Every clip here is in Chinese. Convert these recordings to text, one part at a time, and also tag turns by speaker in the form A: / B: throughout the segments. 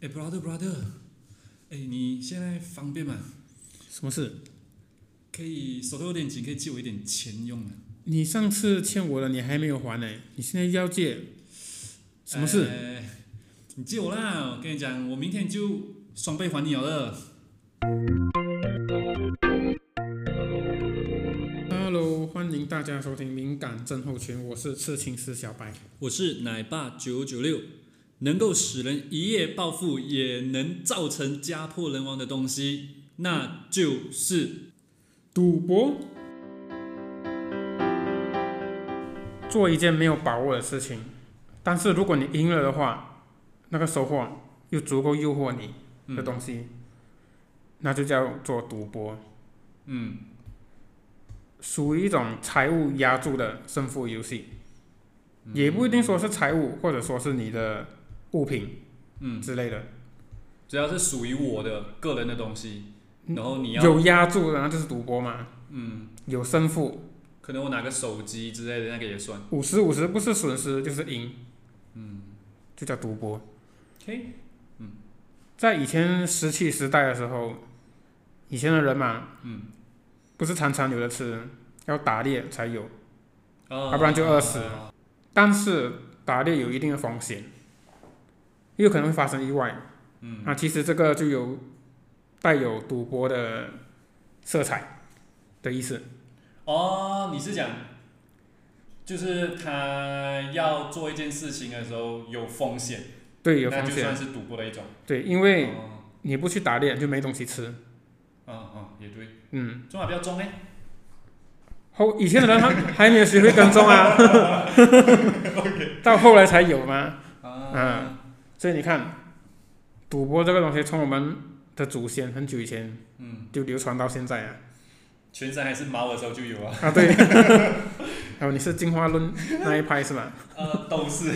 A: 哎，brother brother，哎，你现在方便吗？
B: 什么事？
A: 可以手头有点紧，可以借我一点钱用吗？
B: 你上次欠我的，你还没有还呢，你现在要借，什么事？
A: 哎你借我啦！我跟你讲，我明天就双倍还你了的。
B: Hello，欢迎大家收听《敏感症候群》，我是刺青师小白。
A: 我是奶爸九九六，能够使人一夜暴富，也能造成家破人亡的东西，那就是
B: 赌博，做一件没有把握的事情，但是如果你赢了的话，那个收获又足够诱惑你的东西，那就叫做赌博。
A: 嗯，
B: 属于一种财务压注的胜负游戏，
A: 嗯
B: 也不一定说是财务，或者说是你的物品，
A: 嗯
B: 之类的，
A: 只要是属于我的个人的东西，然后你要
B: 有压注的那就是赌博嘛，
A: 嗯，
B: 有胜负，
A: 可能我拿个手机之类的那个也算。
B: 五十五十不是损失就是赢，嗯，就叫赌博。
A: OK，嗯
B: 在以前石器时代的时候，以前的人嘛，
A: 嗯，
B: 不是常常有的吃，要打猎才有，
A: 啊
B: 要不然就饿死但是打猎有一定的风险，也有可能会发生意外。嗯，那其实这个就有带有赌博的色彩的意思。
A: 哦，你是讲，就是他要做一件事情的时候有风险，
B: 对，有
A: 那
B: 风
A: 就算
B: 险。
A: 是赌博的一种。
B: 对，因为
A: 哦，
B: 你不去打猎就没东西吃。
A: 嗯嗯，也对，
B: 嗯，
A: 中法比较重哎。
B: 后以前的人还还没有学会跟踪啊，到后来才有嘛。嗯，所以你看，赌博这个东西从我们的祖先很久以前，嗯，就流传到现在啊。
A: 全身还是毛的时候就有啊，
B: 啊，对。哦，你是进化论那一派是吧？
A: 呃，都是，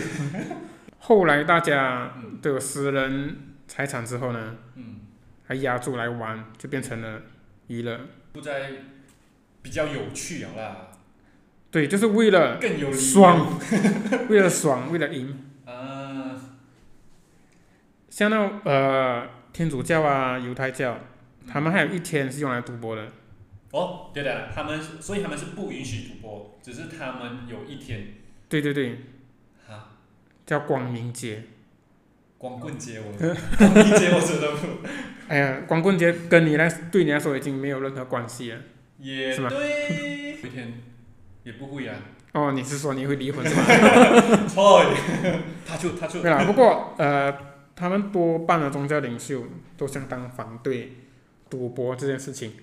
B: 后来大家都有私人财产之后呢，
A: 嗯，
B: 还压住来玩，就变成了娱乐。
A: 不在 比较有趣了啦，
B: 对，就是为了
A: 更有理由
B: 爽， 为了爽，为了赢。
A: 啊，
B: 像那种呃天主教啊、犹太教，他们还有一天是用来赌博的。
A: 哦，对的，他们所以他们是不允许赌博，只是他们有一天
B: 对对对，
A: 啊，
B: 叫光明节。
A: 光棍节 我，光棍节我觉得不
B: 哎呀，光棍节跟你来对你来说已经没有任何关系了。
A: 也
B: 是吗
A: 对，有一天也不会 啊，
B: 哦，你是说你会离婚是吧？
A: 错， 他就他就
B: 对啦，不过呃，他们多半的宗教领袖都相当反对赌博这件事情。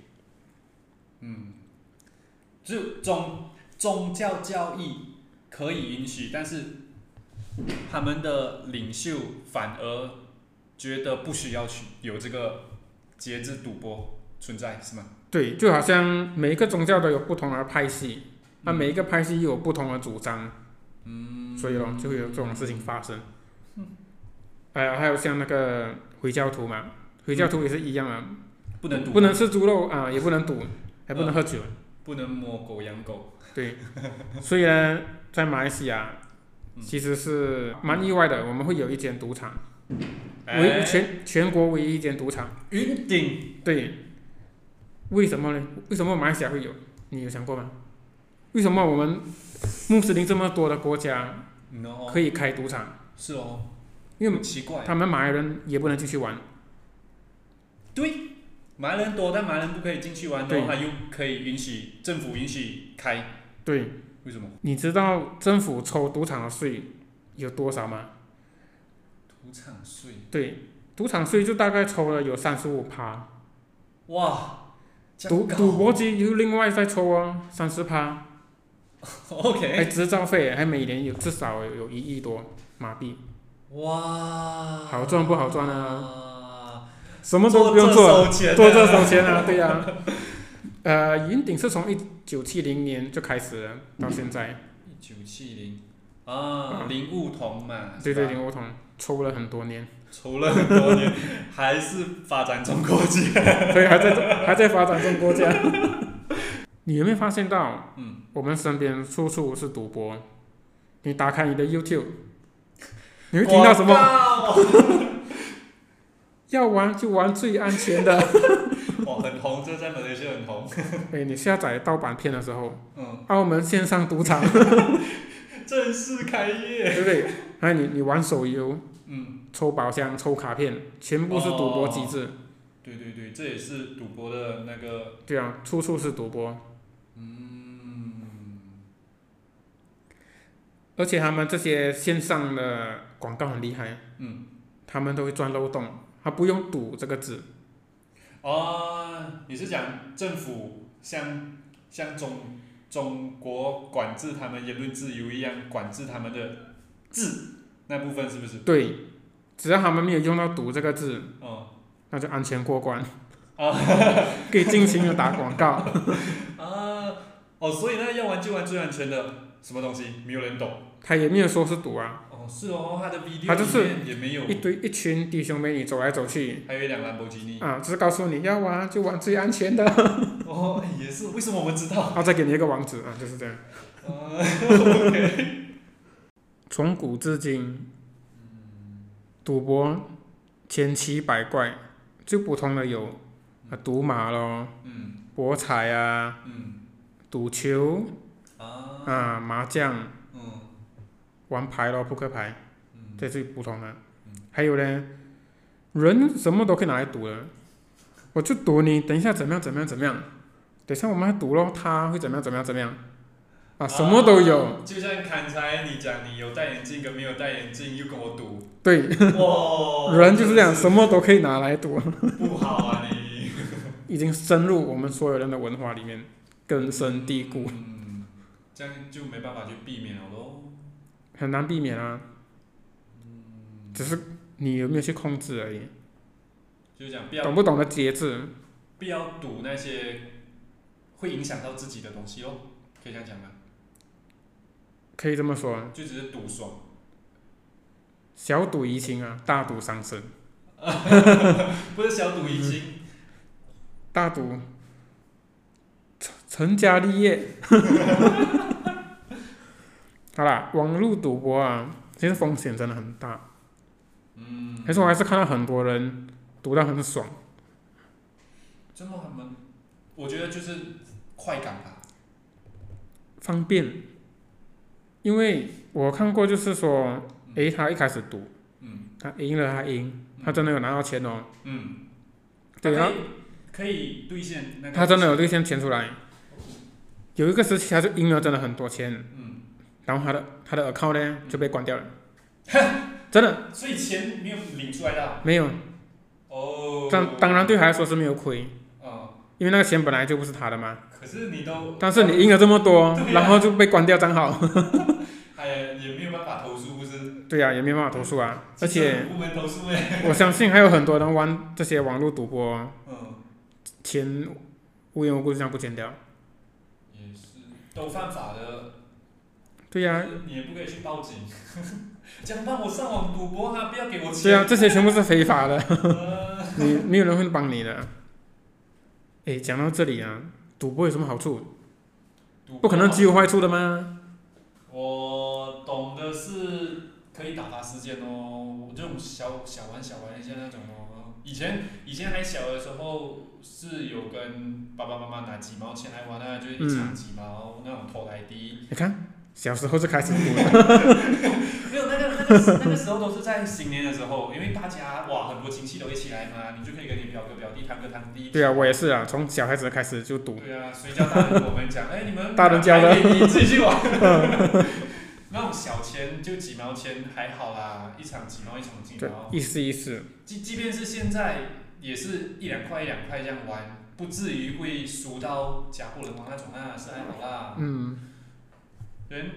A: 就宗宗教教义可以允许，但是他们的领袖反而觉得不需要去有这个节制赌博存在，是吗？
B: 对，就好像每一个宗教都有不同的派系，
A: 嗯
B: 那、每一个派系又有不同的主张，嗯，所以咯，就会有这种事情发生。还有还有像那个回教徒嘛，回教徒也是一样啊，
A: 不能赌，
B: 不能吃猪肉啊、也不能赌，还不能喝酒。
A: 不能摸狗养狗，
B: 对，所以呢，在马来西亚其实是蛮意外的，我们会有一间赌场。唯
A: 哎
B: 全全国唯一一间赌场。
A: 云顶
B: 对，为什么呢？为什么马来西亚会有？你有想过吗？为什么我们穆斯林这么多的国家
A: ，no，
B: 可以开赌场？
A: 是哦，
B: 因为
A: 很奇怪，
B: 他们马来人也不能进去玩。
A: 对，马来人多，但马来人不可以进去玩，哦
B: 对
A: 然后他又可以允许政府允许开，
B: 对，
A: 为什么？
B: 你知道政府抽赌场的税有多少吗？
A: 赌场税，
B: 对，赌场税就大概抽了有三十五趴，
A: 哇，这样
B: 赌
A: 高
B: 赌博机又另外再抽哦，三十趴，
A: ，OK，
B: 还执照费，还每年有至少有一亿多马币，
A: 哇，
B: 好赚不好赚
A: 啊？
B: 什么都不用做，
A: 收钱
B: 做
A: 的
B: 这手钱啊，对呀、呃，云顶是从一九七零年就开始了，到现在，
A: 一九七零啊，林悟童嘛，
B: 嗯对对
A: 是吧，
B: 对，我同抽了很多年，
A: 除了很多年， 还是发展中国 家。
B: 所以还在还在发展中国家。 你有没有发现到，
A: 嗯，
B: 我们身边处处是赌博？你打开你的 YouTube，你会听到什么？
A: 么？
B: 要玩就玩最安全的。
A: 哇，很红，这在马来西亚很红。
B: 哎，你下载盗版片的时候，
A: 嗯，
B: 澳门线上赌 场，
A: 正式开业。
B: 对不对？还有你你玩手游，
A: 嗯，
B: 抽宝箱、抽卡片，全部是赌博机制。
A: 对对对，这也是赌博的那个，
B: 对啊，处处是赌博。
A: 嗯，
B: 而且他们这些线上的广告很厉害，
A: 嗯，
B: 他们都会钻漏洞，他不用“赌”这个字，
A: 啊，你是讲政府像像中中国管制他们言论自由一样管制他们的字那部分是不是？
B: 对，只要他们没有用到“赌”这个字，
A: 哦、
B: 那就安全过关，
A: 啊
B: 可以尽情的打广告。
A: 啊哦，所以那要玩就玩最安全的什么东西，没有人懂。
B: 他也没有说是赌啊，
A: 哦，是哦，他的 video
B: 他就是
A: 里面也没有，
B: 一堆一群弟兄美女走来走去
A: 还有一辆兰博基尼。
B: 啊，只是告诉你要玩就玩最安全的，然
A: 哦，也是，为什么我们知道？
B: 后再给你一个网址啊，就是这样。
A: 啊，OK，
B: 从古至今，赌博千奇百怪，最普通的有啊赌马咯，
A: 嗯
B: 博彩啊，
A: 嗯
B: 赌球
A: 啊
B: 啊，麻将、
A: 嗯
B: 玩牌咯，扑克牌，
A: 嗯
B: 这最普通的
A: 嗯。
B: 还有呢，人什么都可以拿来赌的，我就赌你，等一下怎么样怎么样怎么样，等一下我们还赌咯，他会怎么样怎么样怎么样，啊，什么都有，
A: 啊就像刚才你讲，你有戴眼镜跟没有戴眼镜又跟我赌，
B: 对，
A: 哇，
B: 人就是这样，
A: 真
B: 什么都可以拿来赌。
A: 是不好啊你，
B: 已经深入我们所有人的文化里面，根深蒂固，
A: 嗯，这样就没办法去避免了喽。
B: 很难避免啊。只是你有没有去控制而已，
A: 就讲不要
B: 懂不懂得节制？
A: 不要赌那些会影响到自己的东西哦，可以这样讲吗？
B: 可以这么说，
A: 就只是赌爽，
B: 小赌怡情啊，大赌伤身。
A: 不是小赌怡情。
B: 大赌成成家立业。 好啦，网络赌博啊，其实风险真的很大。
A: 嗯，
B: 可是我还是看到很多人赌到很爽，
A: 真的很闷，我觉得就是快感吧。
B: 方便。因为我看过，就是说，诶，他一开始赌，
A: 嗯
B: 他赢了，他赢，他真的有拿到钱哦，
A: 嗯，
B: 对
A: 它
B: 啊
A: 可，以可以兑现那个。
B: 他真的有兑现钱出来。有一个时期，他就赢了真的很多钱，
A: 嗯，
B: 然后他的他的 account 呢就被关 掉了，真的
A: 所以钱没有领出来的啊
B: 没有。
A: 哦。
B: 但当然对他来说是没有亏，
A: 嗯，
B: 因为那个钱本来就不是他的嘛。
A: 可是你都，
B: 但是你赢了这么多
A: 哦对，啊
B: 然后就被关掉账号，
A: 哎呀，也没有办法投诉，不是？
B: 对呀、也没办法投诉啊。而且
A: 部门投诉哎。
B: 我相信还有很多人玩这些网络赌博，
A: 嗯，
B: 钱无缘无故就这样不见掉。
A: 也是，都犯法的。
B: 对呀、
A: 就是你也不可以去报警。 讲帮我上网赌博啊！不要给我钱。
B: 对呀、这些全部是非法的。
A: 呃
B: 你没有人会帮你的。诶，讲到这里啊，赌博有什么好处？
A: 赌博
B: 不可能只有坏处的吗？
A: 我懂的是可以打发时间哦，我这种小小玩小玩一下那种哦。以前以前还小的时候是有跟爸爸妈妈拿几毛钱来玩啊，就是一场几毛、那种投来的，
B: 你看，小时候就开始赌了，
A: 没有那个那个那个时候都是在新年的时候，因为大家哇很多亲戚都一起来嘛，你就可以跟你表哥表弟、堂哥堂弟。
B: 对啊，我也是啊，从小孩子开始就赌。
A: 对啊，所以叫大人跟我们 讲，哎，你们
B: 大人教的
A: 买给你自己去 玩。那种小钱就几毛钱还好啦，一场几毛一场几
B: 对
A: 毛，，
B: 意思意思，
A: 即即便是现在也是一两块一两块这样玩，不至于会输到家破人亡那种啊，是还好啦。
B: 嗯，
A: 人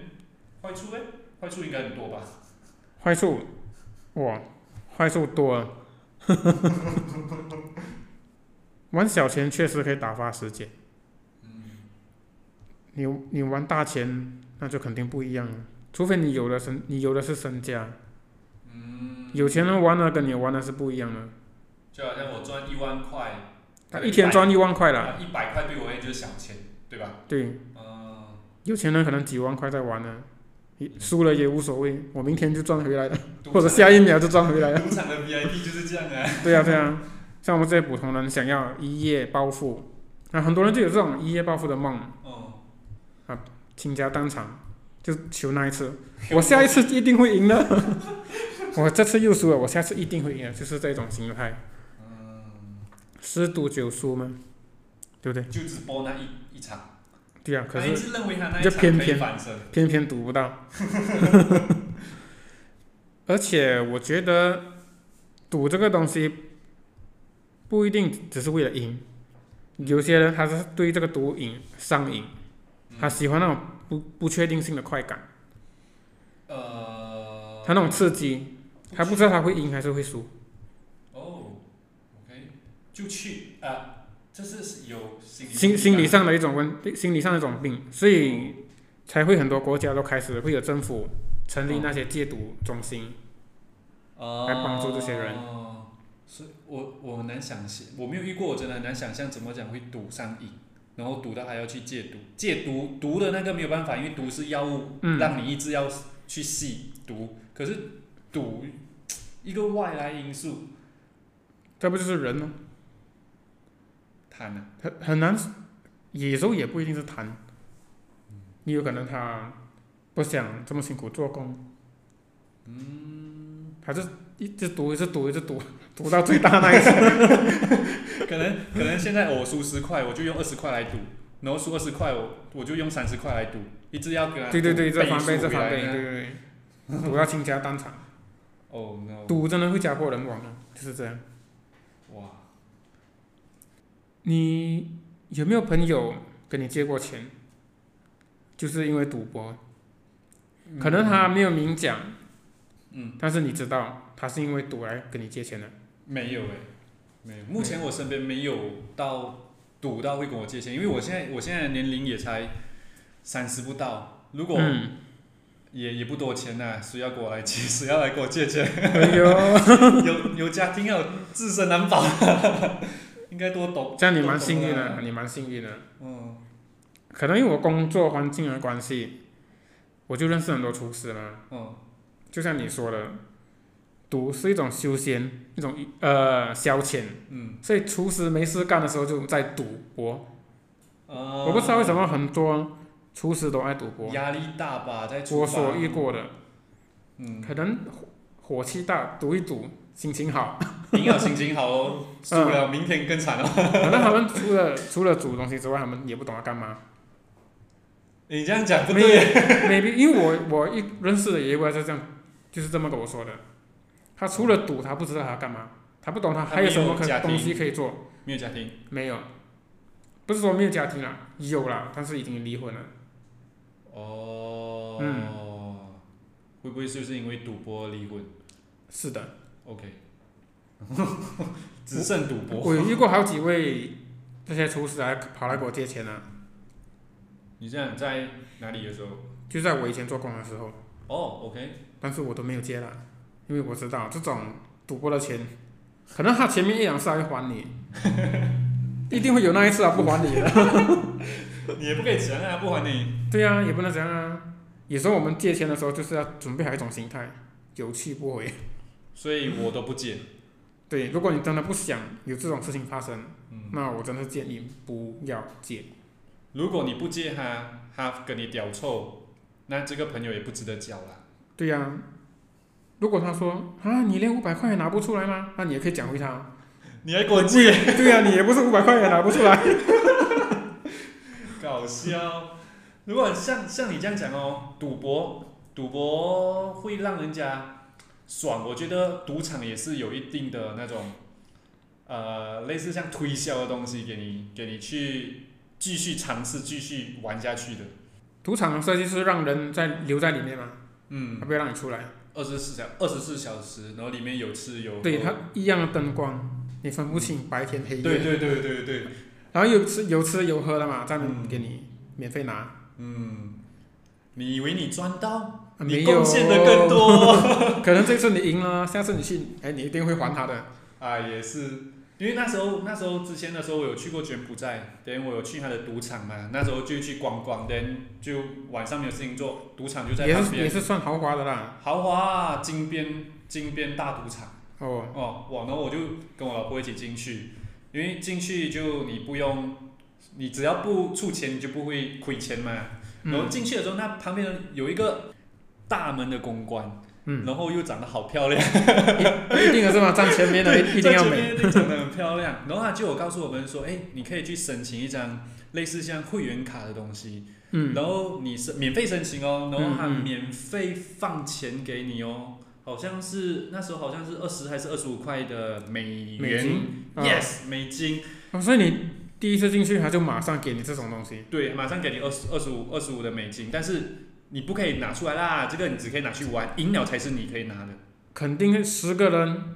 A: 坏处哎、坏处应该很多吧？
B: 坏处，哇，坏处多啊了。 玩小钱确实可以打发时间，
A: 嗯，
B: 你你玩大钱那就肯定不一样了，除非你有了身，你有的是身家，
A: 嗯
B: 有钱人玩的跟你玩的是不一样的。
A: 就好像我赚一万块，
B: 他一天赚一万块啦，
A: 啊一百块嗯对我而言就是小钱，对吧？
B: 对，
A: 嗯
B: 有钱人可能几万块在玩呢，也输了也无所谓，我明天就赚回来了，
A: 赌
B: 或者
A: 场
B: 下一秒就赚回来了。
A: 赌场的 VIP 就是这样啊。
B: 对呀、对呀、像我们这些普通人想要一夜暴富，啊，很多人就有这种一夜暴富的梦，
A: 哦，
B: 倾家荡产，就求那一次，我下一次一定会赢的， 我这次又输了，我下次一定会赢的，就是这种心态，
A: 嗯，
B: 十赌九输嘛，对不对？
A: 就只播那一一场，
B: 对呀、可
A: 他
B: 是
A: 一直认为他那一
B: 就
A: 场
B: 偏
A: 可以
B: 偏
A: 反身。
B: 偏偏读不到。 而且我觉得赌这个东西不一定只是为了赢，有些人他是对这个赌瘾上瘾，
A: 嗯
B: 他喜欢那种不不确定性的快感，
A: 呃，
B: 他那种刺激，他不知道他会赢还是会输。
A: 哦，OK，就去啊，这是有心理
B: 心心理上的一种问，心理上的一种病，所以才会很多国家都开始会有政府成立那些戒毒中心。
A: 来
B: 来帮助这些人
A: 哦所以我我很难想象，我没有遇过，我真的很难想象怎么讲会赌上瘾，然后赌到还要去戒毒，戒毒毒的那个没有办法，因为毒是药物，
B: 嗯
A: 让你一直要去吸毒，可是赌一个外来因素，
B: 这不就是人吗？
A: 贪婪，
B: 很很难，有时候也不一定是谈，你有可能他不想这么辛苦做工，嗯，他就一直赌，一直赌，一直赌，赌到最大 那一次，
A: 可能可能现在我输十块，我就用二十块来赌，然后输二十块我我就用三十块来赌，一直要给他
B: 对对
A: 啊赌
B: 对，这
A: 倍
B: 翻倍，
A: 数
B: 这
A: 回
B: 翻
A: 来
B: 倍，
A: 呢
B: 对对对，赌到倾家荡产，
A: 哦 no，
B: 赌真的会家破人亡的，啊就是这样。
A: 哇，
B: 你有没有朋友跟你借过钱？就是因为赌博，可能他没有明讲，
A: 嗯，
B: 但是你知道他是因为赌来跟你借钱的。
A: 没有哎、没有。目前我身边没有到赌到会跟我借钱，因为我现在我现在的年龄也才三十不到，如果
B: 嗯，
A: 也、也不多钱呐、谁要跟我来借，谁要来跟我借钱？
B: 哎呦，
A: 有有家庭要自身难保， 应该多懂。
B: 这样你蛮幸运
A: 多懂
B: 的，
A: 啊
B: 你蛮幸运的。
A: 嗯
B: 可能因为我工作环境的关系，我就认识很多厨师嘛。
A: 嗯
B: 就像你说的，赌是一种休闲，一种呃消遣，
A: 嗯，
B: 所以厨师没事干的时候就在赌博。
A: 呃
B: 我不知道为什么很多厨师都爱赌博，
A: 压力大吧，在厨
B: 我
A: 房
B: 所遇过的，
A: 嗯，
B: 可能火火气大，赌一赌心情好。
A: 赢了心情好哦，输了明天更惨哦。
B: 可能他们除了除了煮东西之外，他们也不懂要干嘛。
A: 你这样讲不
B: 没
A: 对
B: 有 maybe 因为我我一认识的有一个是这样，就是这么跟我说的。他除了赌，他不知道他要干嘛，他不懂他还有什么
A: 他没
B: 可
A: 有家庭
B: 东西可以做。
A: 没有家庭，
B: 没有，不是说没有家庭啦，有啦，但是已经离婚了。
A: 哦，会不会就是因为赌博离婚
B: 是的，
A: ？OK，只剩赌博。
B: 我有遇过好几位这些厨师还跑来给我借钱啊呢，
A: 你这样在哪里的时候？
B: 就在我以前做工的时候，
A: 哦，OK，
B: 但是我都没有借啦，因为我知道这种赌博的钱，可能他前面一两次还会还 你，一定会有那一次啊他不还你的。
A: 你也不可以讲啊，不还你。
B: 对呀、也不能这样啊。有时候我们借钱的时候，就是要准备好一种心态，有去不回。
A: 所以我都不借。
B: 对，如果你真的不想有这种事情发生，
A: 嗯，
B: 那我真的建议不要借。
A: 如果你不借他，他跟你屌臭，那这个朋友也不值得交啦。
B: 对呀、如果他说啊，你连五百块也拿不出来吗？那你也可以讲回他，
A: 你还给我借，
B: 对啊呀、你也不是五百块也拿不出来。
A: 搞笑。如果像像你这样讲哦，赌博，赌博会让人家爽。我觉得赌场也是有一定的那种，呃，类似像推销的东西给你给你去继续尝试、继续玩下去的。
B: 赌场的设计是让人在留在里面嘛，
A: 嗯
B: 他，不要让你出来。
A: 二十四小二十四小时，然后里面有吃有喝。
B: 对，它一样的灯光，你分不清白天黑夜。
A: 对对对对对，
B: 然后有吃有吃有喝的嘛，这
A: 嗯
B: 样给你免费拿。
A: 嗯，你以为你赚到，
B: 啊没
A: 你
B: 有
A: 贡献的更多。
B: 可能这次你赢了，下次你去，哎，你一定会还他的。
A: 啊，也是，因为那时候那时候之前的时候，我有去过柬埔寨，等我有去他的赌场嘛，那时候就去逛逛，等就晚上没有事情做，赌场就在
B: 也
A: 旁
B: 是也
A: 边，
B: 是算豪华的啦。
A: 豪华啊金边金边大赌场。
B: 哦，
A: 哦，哇，然后我就跟我老婆一起进去，因为进去就你不用，你只要不出钱，你就不会亏钱嘛。然后
B: 嗯
A: 进去的时候，那旁边有一个大门的公关，
B: 嗯，
A: 然后又长得好漂亮，
B: 一定的是吗？站前面的 一一定要
A: 在这
B: 美。
A: 边长得很漂亮。然后他就有告诉我们说，哎，你可以去申请一张类似像会员卡的东西，
B: 嗯，
A: 然后你是免费申请哦，然后他
B: 嗯嗯
A: 免费放钱给你
B: 嗯
A: 哦。好像是那时候好像是二十还是二十五块的美
B: 美
A: 元
B: 金。哦
A: Yes，美金，
B: 哦所以你第一次进去，他就马上给你这种东西。
A: 对，马上给你二十二十五二十五的美金，但是你不可以拿出来啦，这个你只可以拿去玩，赢了才是你可以拿的。
B: 肯定十个人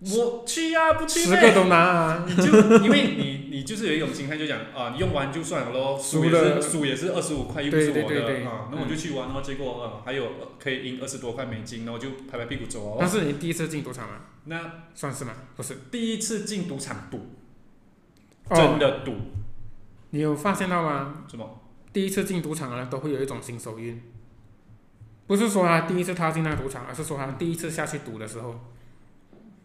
A: 我去呀、不去
B: 十个
A: 呗。
B: 都拿啊，
A: 你就因为你你就是有一种心态，就讲啊，你用完就算了咯，
B: 输
A: 输也是
B: 了
A: 输也是二十五块，又不是我的
B: 对对对对嗯
A: 啊，那我就去玩，然后结果呃还有呃可以赢二十多块美金，然后就拍拍屁股走
B: 那
A: 哦。
B: 是你第一次进赌场吗？
A: 那
B: 算是吗？不是。
A: 第一次进赌场赌，真
B: 哦，
A: 的赌，
B: 你有发现到吗？
A: 什么？
B: 第一次进赌场的人都会有一种新手运，不是说他第一次踏进那赌场，而是说他第一次下去赌的时候，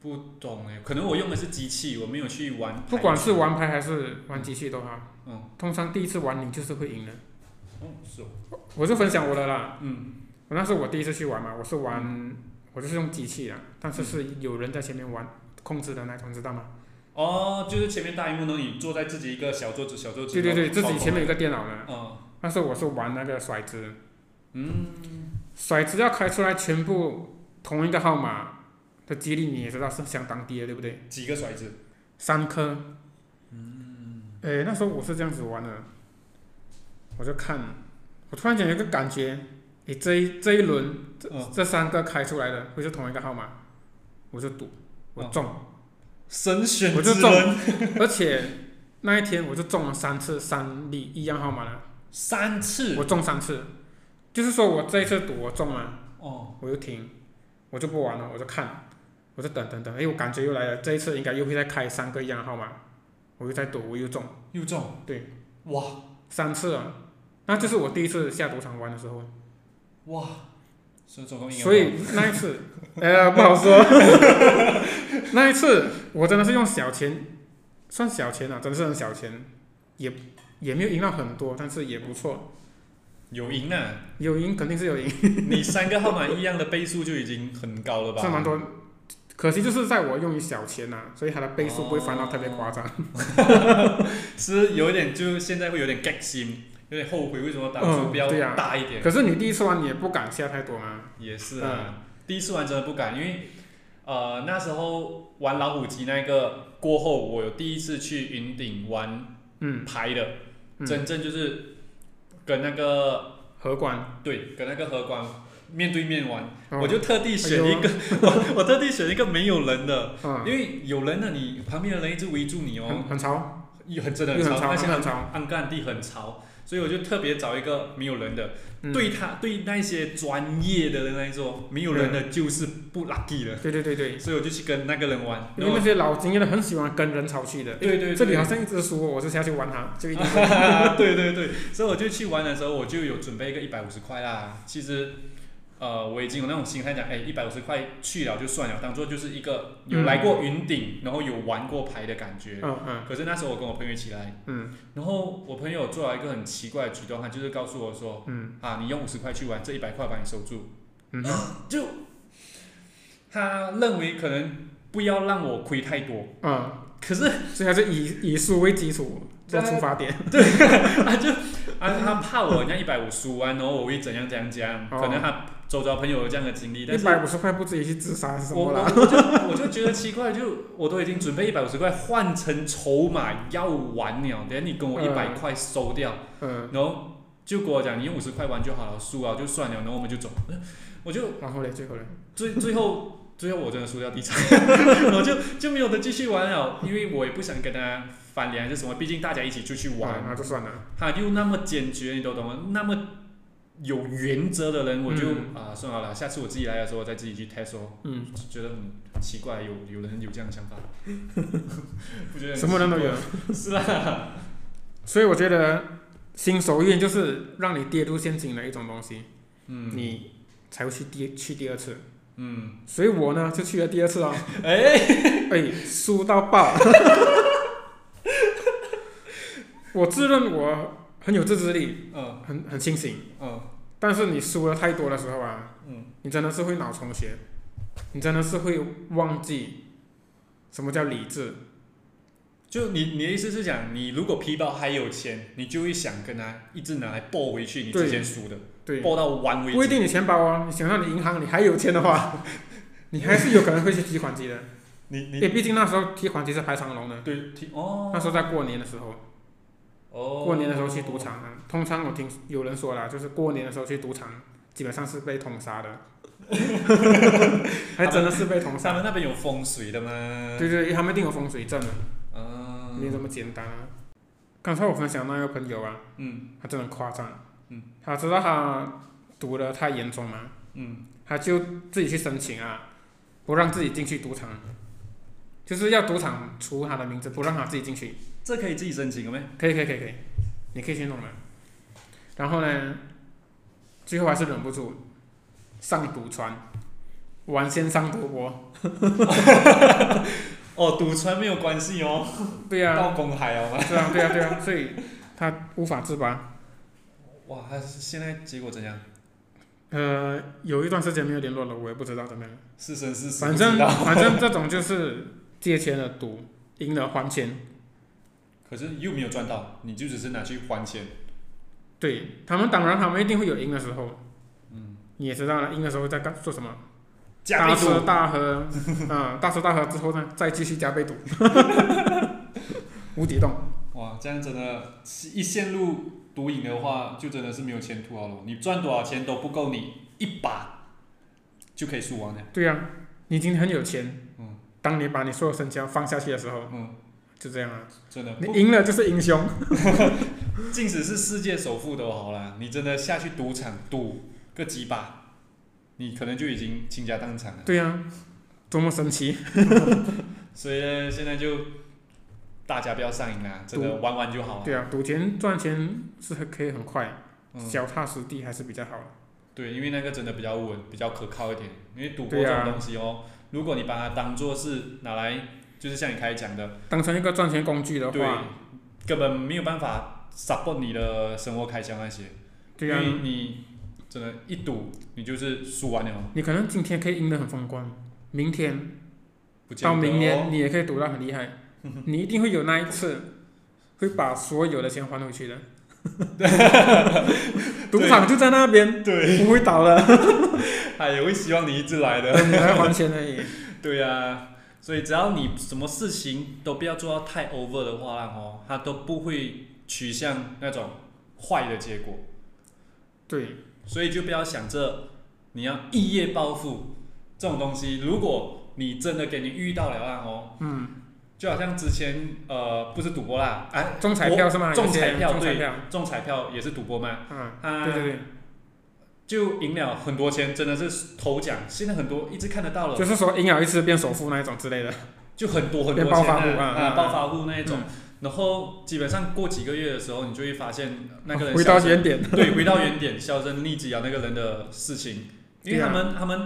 A: 不懂哎，可能我用的是机器，我没有去玩牌
B: 不管是玩牌还是玩机器都好，
A: 嗯，
B: 通常第一次玩你就是会赢的。
A: 哦是哦
B: 我就分享我的啦，
A: 嗯。
B: 我那是我第一次去玩嘛，我是玩，我就是用机器啊，但是
A: 嗯
B: 是有人在前面玩控制的那种，知道吗？
A: 哦，就是前面大荧幕呢，你坐在自己一个小桌子，小桌子。
B: 对对对，自
A: 然后
B: 己前面有个电脑呢，
A: 嗯
B: 但是我是玩那个骰子，
A: 嗯，
B: 骰子要开出来全部同一个号码的几率，你也知道是相当低的，对不对？
A: 几个骰子？
B: 三颗。嗯。诶，那时候我是这样子玩的，我就看，我突然间有一个感觉，诶，这一这一轮
A: 嗯，
B: 这三个开出来的会是同一个号码，我就赌，我
A: 嗯
B: 中。
A: 神选
B: 我就
A: 之
B: 中
A: 人，
B: 而且那一天我就中了三次三粒一样号码了，
A: 三次
B: 我中三次，就是说我这一次赌我中了，
A: 哦，
B: 我就停，我就不玩了，我就看，我就等等等，哎，我感觉又来了，这一次应该又会再开三个一样号码，我又再赌，我又中
A: 又中，
B: 对，
A: 哇
B: 三次了，那就是我第一次下赌场玩的时候，
A: 哦哇，所以总共赢了
B: 所以那一次， 呃，不好说， 那一次我真的是用小钱，算小钱啊了、真的是很小钱，也也没有赢到很多，但是也不错。
A: 有赢啊，
B: 有赢肯定是有赢，
A: 你三个号码一样的倍数就已经很高了吧？
B: 是蛮多。可惜就是在我用于小钱呐、所以它的倍数不会翻到特别夸
A: 哦
B: 张。
A: 是有一点，就现在会有点 get 心，有点后悔为什么当初
B: 嗯
A: 不要
B: 对啊
A: 大一点。
B: 可是你第一次玩你也不敢下太多嘛。
A: 也是
B: 嗯
A: 啊，第一次玩真的不敢，因为呃那时候玩老虎机那个过后，我有第一次去云顶玩
B: 嗯，
A: 牌的，
B: 嗯
A: 真正就是跟那个
B: 荷官，
A: 对跟那个荷官面对面玩，
B: 哦哎
A: 我就特地选一个， 我我特地选一个没有人的，
B: 嗯，
A: 因为有人的你旁边的人一直围住你
B: 很
A: 哦，
B: 很潮，
A: 也很真
B: 又
A: 的很
B: 很
A: 吵，
B: 潮，
A: 那些
B: 很潮。
A: 暗干地很潮，所以我就特别找一个没有人的。
B: 嗯
A: 对他对那些专业的人来说，没有人的就是不 lucky 的，
B: 对对对对，
A: 所以我就去跟那个人玩。
B: 因
A: 然
B: 为
A: 后
B: 那些老经验的很喜欢跟人吵去的。
A: 对对啊对，
B: 这里好像一直输，我就下去玩它，就一定会。
A: 对对对，所以我就去玩的时候，我就有准备一个一百五十块啦。其实，呃，我已经有那种心态讲，哎，一百五十块去了就算了，当做就是一个有来过云顶，然后有玩过牌的感觉。
B: 嗯嗯
A: 可是那时候我跟我朋友一起来，
B: 嗯
A: 然后我朋友做了一个很奇怪的举动，他就是告诉我说，
B: 嗯
A: 啊，你用五十块去玩，这一百块把你收住。
B: 嗯
A: 就他认为可能不要让我亏太多，
B: 嗯，
A: 可是
B: 所以它是以以输为基础做
A: 啊
B: 出发点。
A: 他就啊他怕我人家一百五输完，然后我会怎样怎样怎样，
B: 哦
A: 可能他周遭朋友有这样的经历，但
B: 一
A: 是
B: 百五十块不至于去自杀是什
A: 我
B: 么
A: 我
B: 啦？
A: 我就我就觉得奇怪，就我都已经准备一百五十块换成筹码要玩了，等下你跟我一百
B: 嗯
A: 块收掉，
B: 嗯，
A: 然后就跟我讲你用五十块玩就好了，输了就算了，然后我们就走， 我就
B: 然后嘞，最后嘞，
A: 最最后 最后我真的输掉地产，我就就没有得继续玩了，因为我也不想跟他翻脸还是什么，毕竟大家一起出去
B: 啊
A: 玩，
B: 那就算了。
A: 他又那么坚决，你都懂吗？那么有原则的人，我就
B: 嗯
A: 啊、算了啦，下次我自己来的时候我再自己去 test 哦。
B: 嗯，
A: 觉得很奇怪，有有人有这样的想法， 不觉得很
B: 什么人都有
A: 奇。怪？ 是啊啦，
B: 所以我觉得新手运就是让你跌入陷阱的一种东西，
A: 嗯
B: 你才会去第去第二次。
A: 嗯，
B: 所以我呢就去了第二次哦，
A: 哎，
B: 哎，输到爆。我自认我很有自制力，
A: 嗯
B: 很很清醒，
A: 嗯
B: 但是你输了太多的时候啊，
A: 嗯，
B: 你真的是会脑充血，你真的是会忘记什么叫理智。
A: 就你你的意思是讲，你如果皮包还有钱，你就会想跟他一直拿来爆回去，你
B: 对
A: 之前输的，
B: 对，
A: 爆到完为止。
B: 不一定你钱包哦，你想到你银行里还有钱的话，你还是有可能会去提款机的。
A: 你 你
B: 因为毕竟那时候提款机是排长龙的，
A: 对听哦
B: 那时候在过年的时候，
A: 哦，
B: 过年的时候去赌场啊，通常我听有人说啦，就是过年的时候去赌场，基本上是被捅 杀的，还真的是被捅
A: 他
B: 杀。
A: 们那边有风水的吗？
B: 对对，他们一定有风水阵的，
A: 嗯，
B: 没有这么简单啊。刚才我分享那个朋友啊，
A: 嗯
B: 他真的很夸张，
A: 嗯，
B: 他知道他赌的太严重嘛，
A: 嗯
B: 他就自己去申请啊，不让自己进去赌场，就是要赌场除他的名字，不让他自己进去。
A: 这可以自己申请的没？
B: 可以可以可以可以，你可以去弄嘛。然后呢，最后还是忍不住上赌船，玩线上赌博。
A: 哦，赌船没有关系哦，
B: 对啊呀、
A: 到公海哦。
B: 对啊，对啊，对啊，所以他无法自拔。
A: 哇，他现在结果怎样？
B: 呃，有一段时间没有联络了，我也不知道怎么样。
A: 是生是死，
B: 反
A: 不
B: 正
A: 知道
B: 反正这种就是借钱的赌，赢了还钱。
A: 可是又没有赚到，你就只是拿去还钱。
B: 对他们，当然他们一定会有赢的时候。嗯，你也知道了，赢的时候在干做什么？
A: 加
B: 大
A: 倍
B: 吃
A: 数，
B: 大 喝，啊，大吃大喝之后呢，再继续加倍赌，无底洞。
A: 哇，这样真的，一陷入毒瘾的话，就真的是没有前途好了。你赚多少钱都不够你一把就可以输完了。
B: 对呀、啊你今天很有钱，
A: 嗯，
B: 当你把你所有身家放下去的时候，
A: 嗯，
B: 就这样啊，
A: 真的，
B: 你
A: 不，
B: 赢了就是英雄。
A: 即使是世界首富都好啦，你真的下去赌场赌个几把，你可能就已经倾家荡产了。
B: 对呀、啊多么神奇！
A: 所以呢，现在就大家不要上瘾啦，真的玩玩就好了。
B: 对啊，赌钱赚钱是很可以很快，
A: 嗯。
B: 脚踏实地还是比较好的。
A: 对，因为那个真的比较稳，比较可靠一点。因为赌博
B: 对
A: 这
B: 啊
A: 种东西哦，如果你把它当做是拿来，就是像你开始讲的，
B: 当成一个赚钱工具的
A: 对
B: 话，，
A: 根本没有办法 support 你的生活开销那些。
B: 对啊呀、
A: 因为你真的，一赌你就是输完了，
B: 你可能今天可以赢得很风光，明天
A: 不见得、
B: 到
A: 哦、
B: 明年你也可以赌到很厉害，你一定会有那一次会把所有的钱还回 去的。赌场就在那边，
A: 对，
B: 不会倒 的，
A: 哎，也会希望你一直来的。
B: 等你来还钱而已。
A: 对呀、所以只要你什么事情都不要做到太 over 的话啦哦，它都不会趋向那种坏的结果。
B: 对，
A: 所以就不要想着你要一夜暴富这种东西。如果你真的给你遇到了啊哦，
B: 嗯，啊
A: 就好像之前呃不是赌博啦，哎、
B: 中彩票是吗？
A: 中
B: 有些
A: 彩票
B: 中彩
A: 对
B: 票，
A: 中彩票也是赌博嘛，
B: 啊，
A: 他、
B: 对对
A: 就赢了很多钱，真的是头奖。现在很多一直看得到了，
B: 对，就是说赢了一次变首富那一种之类的。
A: 就很多很多
B: 变
A: 钱
B: 暴发户
A: 啊
B: 啊啊
A: 暴发户那一种。然后基本上过几个月的时候，你就会发现那个人
B: 回到
A: 销售
B: 原 点，
A: 对，回到原点，销声匿迹啊，那个人的事情，因为
B: 对
A: 他
B: 啊
A: 们、他们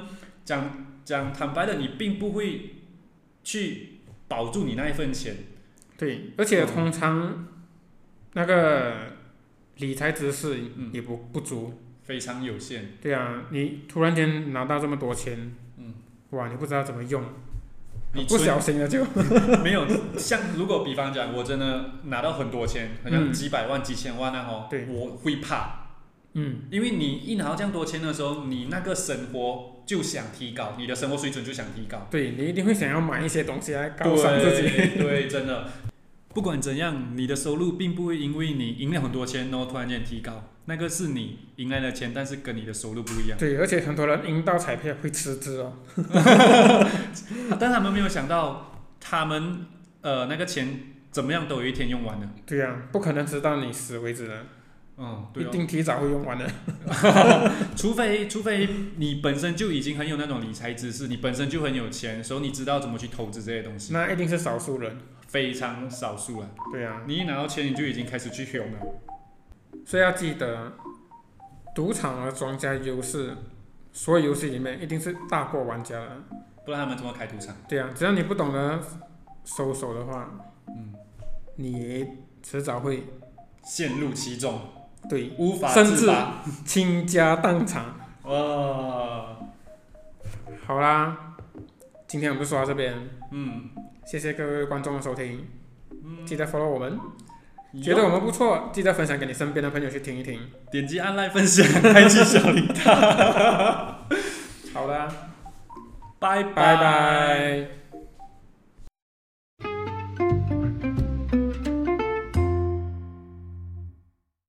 A: 讲讲坦白的，你并不会去保住你那一份钱，
B: 对，而
A: 嗯
B: 且通常那个理财知识
A: 嗯
B: 也不不足。
A: 非常有限。
B: 对啊，你突然间拿到这么多钱，
A: 嗯，
B: 哇，你不知道怎么用，
A: 你
B: 不
A: 存
B: 小心了就，
A: 没有像如果比方讲，我真的拿到很多钱，好像
B: 嗯
A: 几百万、几千万那哦，
B: 对
A: 我会怕，
B: 嗯，
A: 因为你一拿到这样多钱的时候，你那个生活就想提高，你的生活水准就想提高。
B: 对你一定会想要买一些东西来犒
A: 对
B: 赏自己。
A: 对，真的。 不管怎样，你的收入并不会因为你赢了很多钱，然后突然间提高。那个是你赢来的钱，但是跟你的收入不一样。
B: 对，而且很多人赢到彩票会辞职哦。
A: 但他们没有想到，他们呃那个钱怎么样都有一天用完的。
B: 啊对呀、不可能直到你死为止的。
A: 嗯，
B: 一
A: 对、哦，
B: 定提早会用完的。
A: 除非除非你本身就已经很有那种理财知识，你本身就很有钱，所以你知道怎么去投资这些东西，
B: 那一定是少数人。
A: 非常少数啊。
B: 对啊，
A: 你一拿到钱，你就已经开始去 h 了。
B: 所以要记得，赌场和庄家优势，所有游戏里面一定是大过玩家的。
A: 不然他们怎么开赌场？
B: 对啊，只要你不懂得收手的话，
A: 嗯，
B: 你迟早会
A: 陷入其中，
B: 对
A: 无法
B: 甚至
A: 自拔。
B: 倾家荡产。哦
A: 哇，
B: 好啦，今天我们就说到这边，
A: 嗯，
B: 谢谢各位观众的收听，
A: 嗯
B: 记得 follow 我们，觉得我们不错，记得分享给你身边的朋友去听一听。
A: 点击按 like 分享，开启小铃铛，
B: 好啦，
A: 拜
B: 拜拜。